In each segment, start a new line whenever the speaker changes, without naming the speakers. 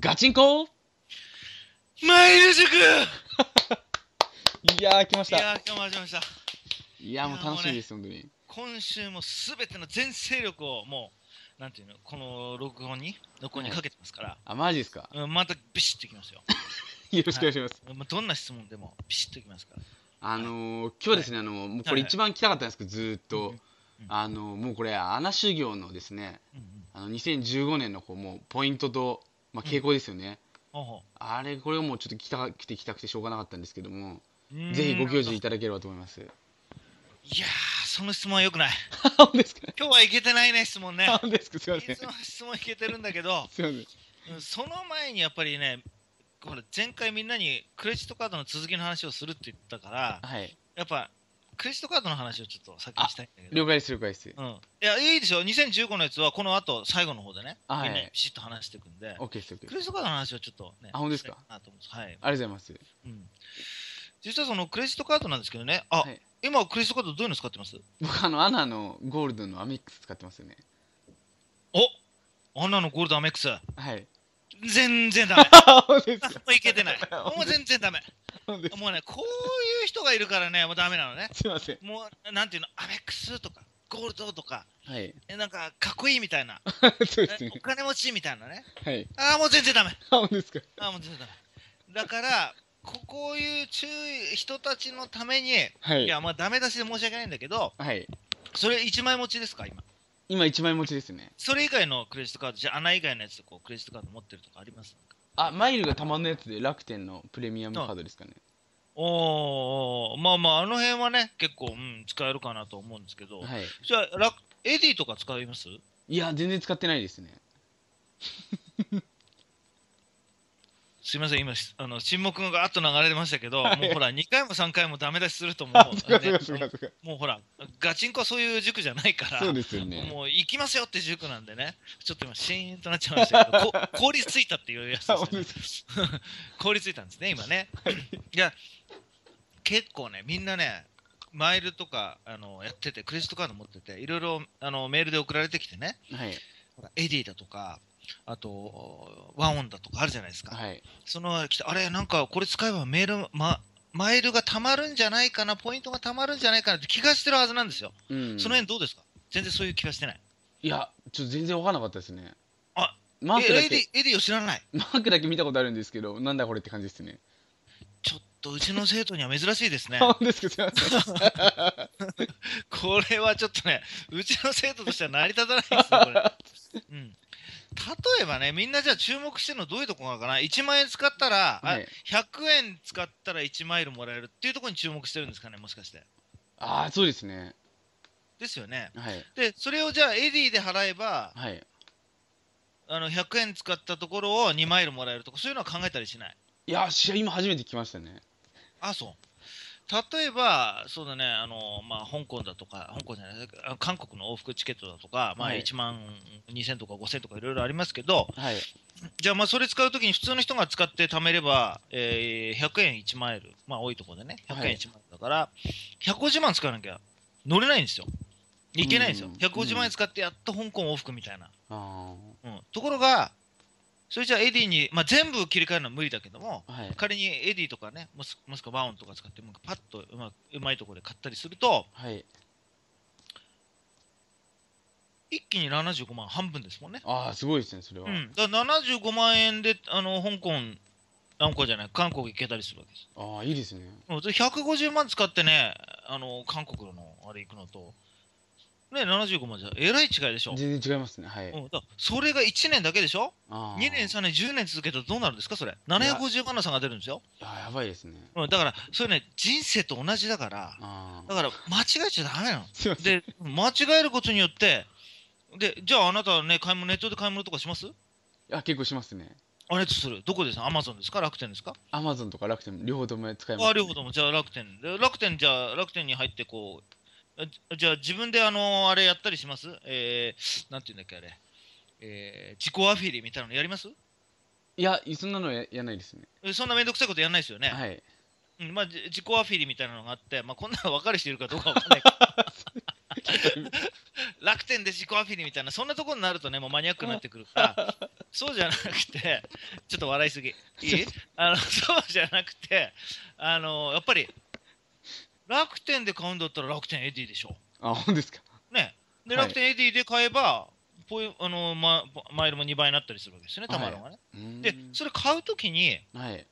ガチンコ
マイル塾
いやー、来まし
い
た。
やー今日も始まりました
いやー、もう楽しみです、本当に。
今週もすべての全勢力をもうなんていうのこの録音に録音にかけてますから、
あ、マジですか
うん、またビシッといきますよ、
よろしくお願いします。
まあ、どんな質問でもビシッといきますから
あのー、今日ですね、あのー、もうこ
はい
れ一番来たかったんですけど、ずーっ
う
と
ん。
あのー、もうこれ、穴修行のですね、
うんうん
あの、2015年のこう、もう、ポイントと、まあ、傾向ですよね。
ほうほ
あれ、これをもうちょっと来た、来て来たくてしょうがなかったんですけども、
ううーん
ぜひご教示
い
いただければと思い ます。
やーその質問はよくない
本当 ですか
今日はいけてないね 質問ね
本当ですかすいませ
い
ん。す
つも質問いけてるんだけど、
いません。
うんその前にやっぱりねほら前回みんなにクレジットカードの続きの話をするって言ったから
はい。
やっぱクレジットカードの話をちょっと先にしたいんだけど
了解です、了解です。
うん、いや、いいですよ、2015のやつはこの後最後の方でね、
はい
みんなにピシッと話していくんで、
OK です、OK で
ク
す。
レジットカードの話をちょっとね、
あ本当ですか
したいなと思うんですはい
ありがとうございます。
うん、実はそのクレジットカードなんですけどね、あ、
はい
今、クレジットカードどういうの使ってます
僕、あの、アナのゴールドのアメックス使ってますよね。
おあんなのゴールドアメックス、
はい。
全然 ダメ
あ、本当です
もういけてない、もう全然ダメ
本当です
もうね、こういう人がいるからね、もうダメなのね、
すいません。
もうなんていうの、アメックスとか、ゴールドとか、
はい。
えなんかかっこいいみたいな、
そうです
え
ね
お。金持ちみたいなね、
はい。
ああ、もう全然ダメ。
あ、本当ですか。
あもう全然ダメだからここういう注意人たちのためにい
はい。
やまあダメ出しで申し訳ないんだけど
はい。
それ1枚持ちですか今
今、一枚持ちですね。
それ以外のクレジットカードじゃあ穴以外のやつとこうクレジットカード持ってるとかあります
あ、マイルがたまんのやつで楽天のプレミアムカードですかね。
おーまあまああの辺はね結構、うん、使えるかなと思うんですけど、
はい。
じゃあラエディとか使います
いや、全然使ってないですね。
すいません今しあの沈黙がガーッと流れてましたけど、
はい
もうほら2回も3回もダメ出しする とも
あ、
う,、
そうかそうかそう
ね
かそう
もうほらガチンコはそういう塾じゃないか
か。
ら
そうですよね。
もう行きますよって塾なんでね、ちょっと今、シーンとなっちゃいました けど、こ凍りついたっていうやつ
あ、本
ですよ
当
ね
ですか。
凍りついたんですね、今ね。いや、結構ね、みんなね、マイルとかあのやってて、クレジットカード持ってて、いろいろあのメールで送られてきてね、
はい。
エディだとか、あと、ワンオンだとかあるじゃないですか。
はい。
その来て、あれ、なんかこれ使えばメール、ま、マイルがたまるんじゃないかな、ポイントがたまるんじゃないかなって気がしてるはずなんですよ。
うん。
その辺どうですか全然そういう気がしてない。
いや、ちょっと全然わかんなかったですね。
あ、
マーク
え
だ
エデ
け、
ィ、エディを知らない。
マークだけ見たことあるんですけど、なんだこれって感じですね。
ちょっとうちの生徒には珍しいですね。
あ、本当ですか。すいません。
これはちょっとね、うちの生徒としては成り立たないですね、これ。うん、例えばね、みんなじゃあ注目してるのどういうとこなのかな ?1 万円使ったら、あ
はい
100円使ったら1マイルもらえるっていうところに注目してるんですかね、もしかして。
あー、そうですね。
ですよね。
はい。
で、それをじゃあエディで払えば、
はい。
あの100円使ったところを2マイルもらえるとか、そういうのは考えたりしない。
いや、試合今初めて来ましたね。
あ、そう。例えば、そうだね、あの、まあ、香港だとか、香港じゃない、あ韓国の往復チケットだとか、まあ、
はい
1万2000とか5000とかいろいろありますけど、
はい。
じゃあ、まあ、それ使うときに普通の人が使って貯めれば、えー100円1マイル、まあ、多いところでね、100
はい
円1マイルだから、150万使わなきゃ乗れないんですよ。いけないんですよ
うん。
150万円使ってやっと香港往復みたいな。
あ
うん、ところが、それじゃあ、エディに、まあ、全部切り替えるのは無理だけども、
あ。はい。
仮にエディとかねもしもしくはバウンとか使ってもパッとうまうまいところで買ったりすると
はい。
一気に75万半分ですもんね、
ああ、すごいですね、それは。
うん、だから75万円であの香港香港じゃない韓国行けたりするわけです
ああ、いいですね。
うんで150万使ってねあの韓国のあれ行くのと、ね、75万じゃえらい違いでしょ、
全然違いますね。はい。
うん、だからそれが1年だけでしょ
ああ。
2年
さ
3年10年続けたらどうなるんですかそれ750万の差が出るんですよ、
あやばいですね。
うん、だからそれね人生と同じだから
あ
だ
あ。
から間違えちゃダメなの
すいません。
で、間違えることによって、で、じゃああなたはね、買い物、ネットで買い物とかします
あ、結構しますね。
あれとする。どこですかアマゾンですか楽天ですか
アマゾンとか楽天両方とも使えます、
あ、両方とも。じゃあ楽天。で楽天、じゃあ楽天に入ってこう、あじじゃあ自分であのあれやったりしますえー、なんていうんだっけ、あれ。えー、自己アフィリみたいなのやります
いや、そんなのややないですね。
えそんなめんどくさいことやんないですよね。
はい。
うんまあ、じ自己アフィリみたいなのがあって、まあ、こんなの分かる人いるかどうかわかんないけど 楽天で自己アフィリみたいな、そんなところになるとね、もうマニアックになってくるから、そうじゃなくて、ちょっと笑いすぎ。いいあのそうじゃなくて、あのやっぱり楽天で買うんだったら楽天エディでしょ。
あ、ほんですか。
ね。で、
はい
楽天エディで買えば、ポイあのま、マイルも2倍になったりするわけですよね、たまるがね。
うーん
で、それ買うときに、
はい。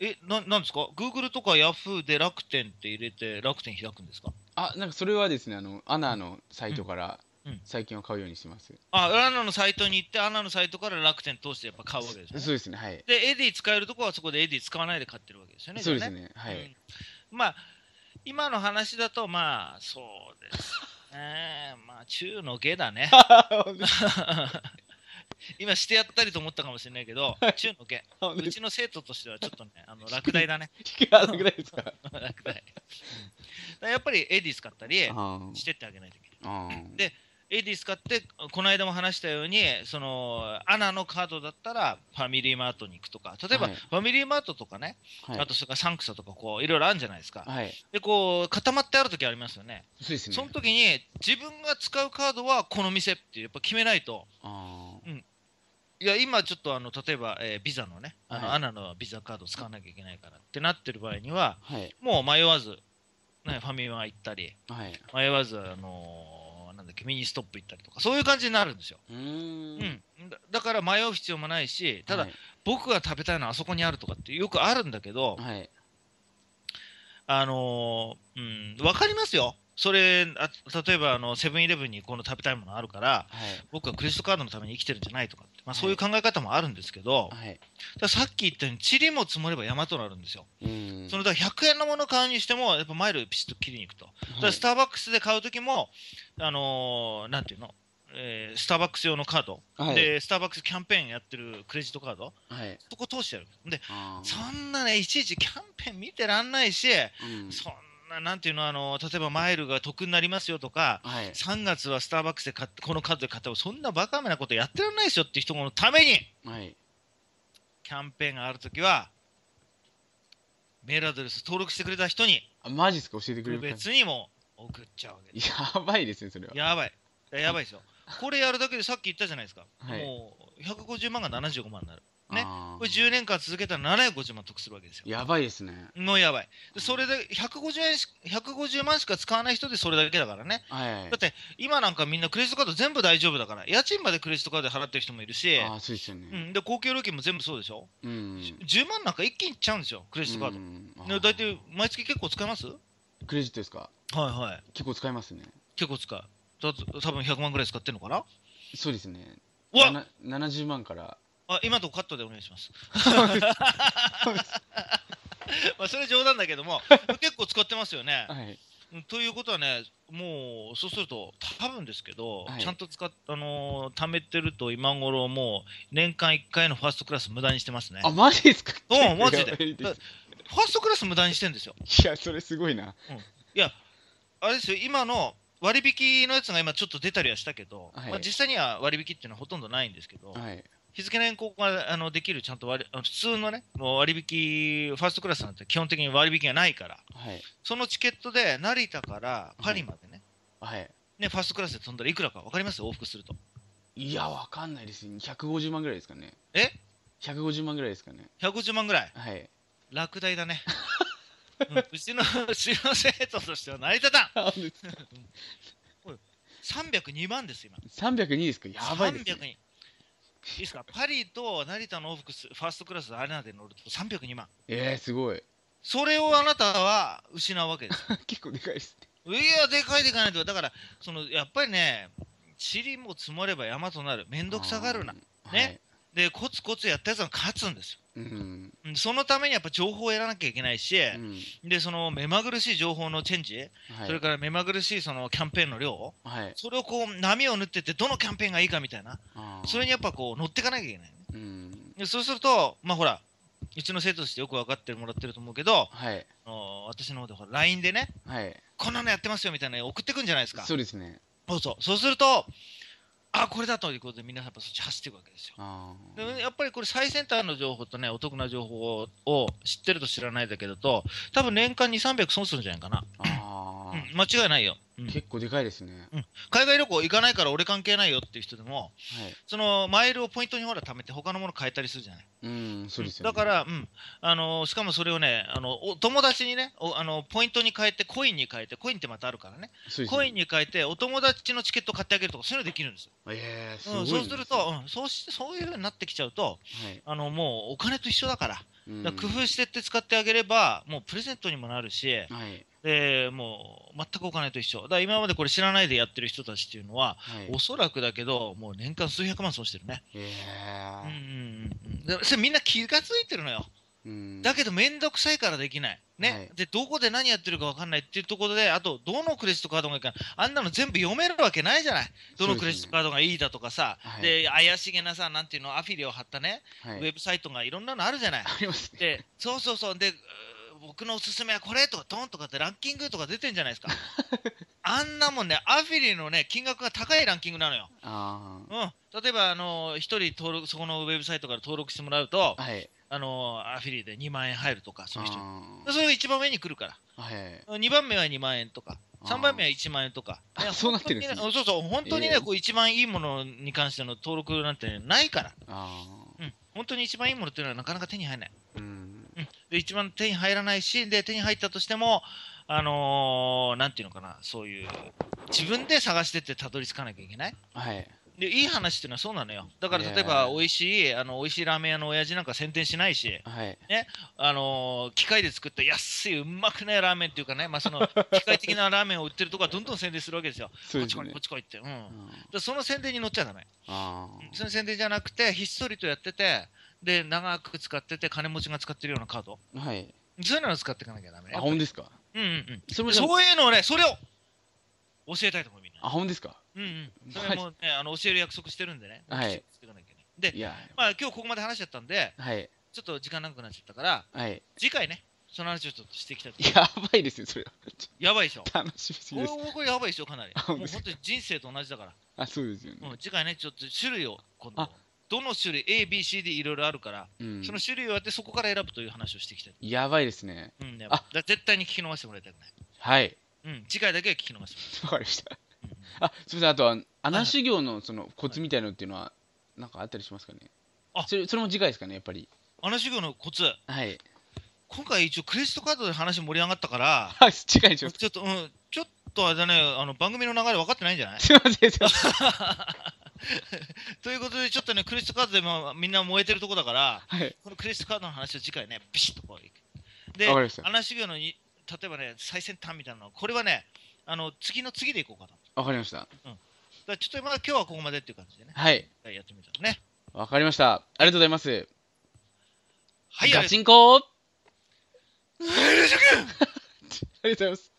え、ななんですか、Google とか Yahoo で楽天って入れて、楽天開くんですか
あ、なんかそれはですね、あの、アナのサイトから
うんうん
最近は買うようにしてます。
あ、アナのサイトに行って、アナのサイトから楽天通してやっぱ買うわけですよね。
そうですね、はい。
で、エディ使えるとこはそこでエディ使わないで買ってるわけですよね。
そうです
じゃ
ね、は
あね
い。
うんまあ、今の話だと、まあ、そうですね。 まあ、中の下だ ね。今してやったりと思ったかもしれないけど、中 の下。
あ
うちの生徒としてはちょっとね、あの落第だね。
いくらぐらいですか。
落第。だから やっぱりエディ使ったり
あー
してってあげないといけない。
あー
でエディ使って、この間も話したように、そのアナのカードだったらファミリーマートに行くとか、例えば
はい
ファミリーマートとかね、
はい。
あとそれからサンクスとかこういろいろあるんじゃないですか。
はい。
でこう固まってある時ありますよね。
そうですね。
その時に自分が使うカードはこの店ってやっぱ決めないと。
あー
いや今ちょっとあの例えば、えービザのねあの、
はい
アナのビザカードを使わなきゃいけないからってなってる場合には
はい。
もう迷わず、ね、ファミマ行ったり
はい。
迷わず、あのーなんだっけミニストップ行ったりとかそういう感じになるんですよ、
う
う
ーん。
ん、だだから迷う必要もないしただ、
はい
僕が食べたいのはあそこにあるとかってよくあるんだけど、
はい。
あのーうん、分かりますよそれあ例えばあのセブンイレブンにこの食べたいものあるから
はい。
僕はクレジットカードのために生きてるんじゃないとかって、まあ、そういう考え方もあるんですけど、
はい。
たださっき言ったように、塵も積もれば山となるんですよ。
うーん。
そのだから100円のものを買うにしても、やっぱマイルピシッと切りに行くと。だか
は
ら
い
スターバックスで買うときも、あのーなんていうの、えースターバックス用のカード、
はい
で、スターバックスキャンペーンやってるクレジットカード、
はい。
そこ通してやる。で、
あー
そんなね、いちいちキャンペーン見てらんないし、
うん
そんな、なんていうの、あのー例えばマイルが得になりますよとか、
はい。
3月はスターバックスで買って、このカードで買ったら、そんなバカめなことやってらんないですよっていう人のために、
はい。
キャンペーンがあるときは、メールアドレス登録してくれた人に、
あマジですか教えてくれ
特
る感
別にもう送っちゃうわけで
やばいですね、それは
す。。やばい。やばいですよ。これやるだけでさっき言ったじゃないですか。
はい
もう150万が75万になる。ね
あー
これ10年間続けたら750万得するわけですよ。
やばいですね。
もうやばい。でそれで150円し150万しか使わない人でそれだけだからね。
はい
だ。って今なんかみんなクレジットカード全部大丈夫だから、家賃までクレジットカードで払ってる人もいるし、
ああ、そうですよ
う
ね。
ん、で公共料金も全部そうでしょ、
うん。
10万なんか一気にいっちゃうんですよ、クレジットカード。
うんあ
ね
ー
大体毎月結構使いますはい
クレジットですか
はい
結構使いますね。
結構使うだと多分100万ぐらい使ってんのかな
そうですね。
うわ
な70万から。
あ今のとこカットでお願いします まあそれ冗談だけども結構使ってますよね
はい。
うんということはねもうそうすると多分ですけど、
はい
ちゃんと使っあのー貯めてると今頃もう年間1回のファーストクラス無駄にしてますね
あ、マジですか
うんマジで
やばいす
ファーストクラス無駄にしてんですよ
いや、それすごいな。
あれですよ今の割引のやつが今ちょっと出たりはしたけど、
はい
まあ、実際には割引っていうのはほとんどないんですけど、
はい。
日付の変更があのできるちゃんと割りあの普通のねもう割引ファーストクラスなんて基本的に割引がないから
はい。
そのチケットで成田からパリまでね,、
はい。
ねファーストクラスで飛んだらいくらか分かります往復すると
いや、わかんないです。150万ぐらいですかね。
え
?150 万ぐらいですかね。
150万ぐらい
はい。
落第 だね、うんうちのうちの生徒としては成り立たん302万です今
302ですかやばいです、
302
ね。
いいですかパリと成田の往復すファーストクラスでアレナで乗ると302万
えー、すごい。
それをあなたは失うわけです
結構でかいですね。
いや、でかいでかいないと、だから、そのやっぱりね、塵も積もれば山となる、めんどくさがるな、
あー。
ねで、コツコツやったやつが勝つんです
はい、うん。
ようん。そのためにやっぱ情報を得らなきゃいけないし、
うん。
で、その目まぐるしい情報のチェンジ、
はい。
それから目まぐるしいそのキャンペーンの量、
はい。
それをこう波を縫ってって、どのキャンペーンがいいかみたいな、
あー
それにやっぱこう乗っていかなきゃいけない、ね。
うん。
でそうすると、まあほら、うちの生徒としてよく分かってもらってると思うけど、
はい。
あの私の方でほら LINE でね、
はい。
こんなのやってますよみたいなの送ってくんじゃないですか。
そうですね。
そうそう。そうすると、あ、これだということで、皆さんやっぱそっち走っていくわけですよ。
あー
でやっぱりこれ最先端の情報とね、お得な情報を知ってると知らないだけだと、多分年間2、300損するんじゃないかな。
あ
う
ー
ん、間違いないよ。うん
結構でかいですね。
海外旅行行かないから俺関係ないよっていう人でも
はい。
そのマイルをポイントにほら貯めて他のもの買えたりするじゃない
うん、そうですよ、
だ
ね。
か、ら、うんあのしかもそれをねあのお友達にねおあのポイントに変えてコインに変えてコインってまたあるからね
そうですよ
コ
ね
インに変えてお友達のチケット買ってあげるとかそういうのできるんですよ、
ええす
う
ごい
ん、
ね、
そうすると、
は
うん、そうしそういうふうになってきちゃうと
い。
あのもうお金と一緒だから
うん
だから工夫してって使ってあげればもうプレゼントにもなるし
はい。
でもう全くお金と一緒だから今までこれ知らないでやってる人たちっていうのは
はい。
おそらくだけどもう年間数百万損してるね、
え
うん
え
うんうん、でそれみんな気がついてるのよ
うん。
だけど面倒くさいからできない、ね
はい
でどこで何やってるか分かんないっていうところであとどのクレジットカードがいいかあんなの全部読めるわけないじゃないどのクレジットカードがいいだとかさ
はい
で,、怪しげなさなんていうのアフィリを貼ったね、
はい、
ウェブサイトがいろんなのあるじゃな い
ありますね。
でそうそうそうでうー僕のおすすめはこれとかドンとかってランキングとか出てんじ ゃないですかあんなもんねアフィリのね金額が高いランキングなのよ、
あ
うん、例えばあの一人登録そこのウェブサイトから登録してもらうと
あ。はい。
あのアフィリで2万円入るとかそういう人
あ
それが一番上に来るか
あはい。
ら2番目は2万円とか
あー
3番目は1万円とか、
あそうなってるんですね
本当にねそうそう本当にね、
ええ
こう一番いいものに関しての登録なんてないから、
あ
うん、本当に一番いいものっていうのはなかなか手に入らない
あ。うん。
で一番手に入らないしで手に入ったとしてもあのーなんていうのかなそういう自分で探してってたどり着かなきゃいけない
はい。
でいい話っていうのはそうなのよだから
いやー
例えば美味しいあの美味しいラーメン屋の親父なんか宣伝しないし
はい。
あのー機械で作った安いうまくないラーメンっていうかね、まあ、そ の機械的なラーメンを売ってるとこはどんどん宣伝するわけですよ。
そう
こっ
で
ち
す
来い、
ね
こっ。ち来いって。うん。
う
だか
ん
らその宣伝に乗っちゃダメ。
あ
その宣伝じゃなくて、ひっそりとやってて、で、長く使ってて、金持ちが使ってるようなカード。
あ。はい。
そういうのを使っていかなきゃダメ。
あ、本当ですか
うんうん
それ
う
も
ん。
じゃあ
そういうのをね、それを教えたいと思う、みんな。
あ、本当ですか
うんうん。それもね、あの教える約束してるんでね。
はい
きちんとしていかなきゃいけない。で
い、や、
まあ今日ここまで話しちゃったんで、
はい。
ちょっと時間長くなっちゃったから、
はい。
次回ね、その話をちょっとしていきたいと思います
やばいですよ、それは。ち
やばいでしょ。
ょ楽しみす
こ
ぎ
れ
です。
これやばいでしょ、かなり。
あ
もう
本当で
本
すか
当に人生と同じだから。
あ、そうですよね
うん、。次回ね、ちょっと種類を今度
あ、
どの種類、A、B、C、D いろいろあるから、
うん
その種類をやってそこから選ぶという話をしていきたい。
やばいですね。
うんね、だ
あ
から絶対に聞き逃してもらいたくない。
はい。
うん、次回だけは聞き逃して
わかりました。
もらいたくない
あ、すみません。あとは、穴修行のそのコツみたいなのっていうのは、なんかあったりしますかね
あ
それそれも次回ですかね、やっぱり。
うん。穴修行のコツ、
はい。
今回一応クレジットカードで話盛り上がったから、
はい、 次回にします。
ちょっと、うん、ちょっとあれだね、あの番組の流れ分かってないんじゃな い
すいません、すいません。
ということで、ちょっとね、クレジットカードで、まあ、みんな燃えてるとこだから、
はい。
このクレジットカードの話を次回ね、ビシッとこういく。で
わかりまし、た
穴修行のい例えばね、最先端みたいなの、これはね、あの次の次でいこうかな。だ
わかりました。
からちょっとまだ今日はここまでっていう感じでね、
はい。
やってみたのね。
わかりました。ありがとうございます。
はい、ありがとうござい
ガ
ます
チンコあ
メール職
りがとうございます。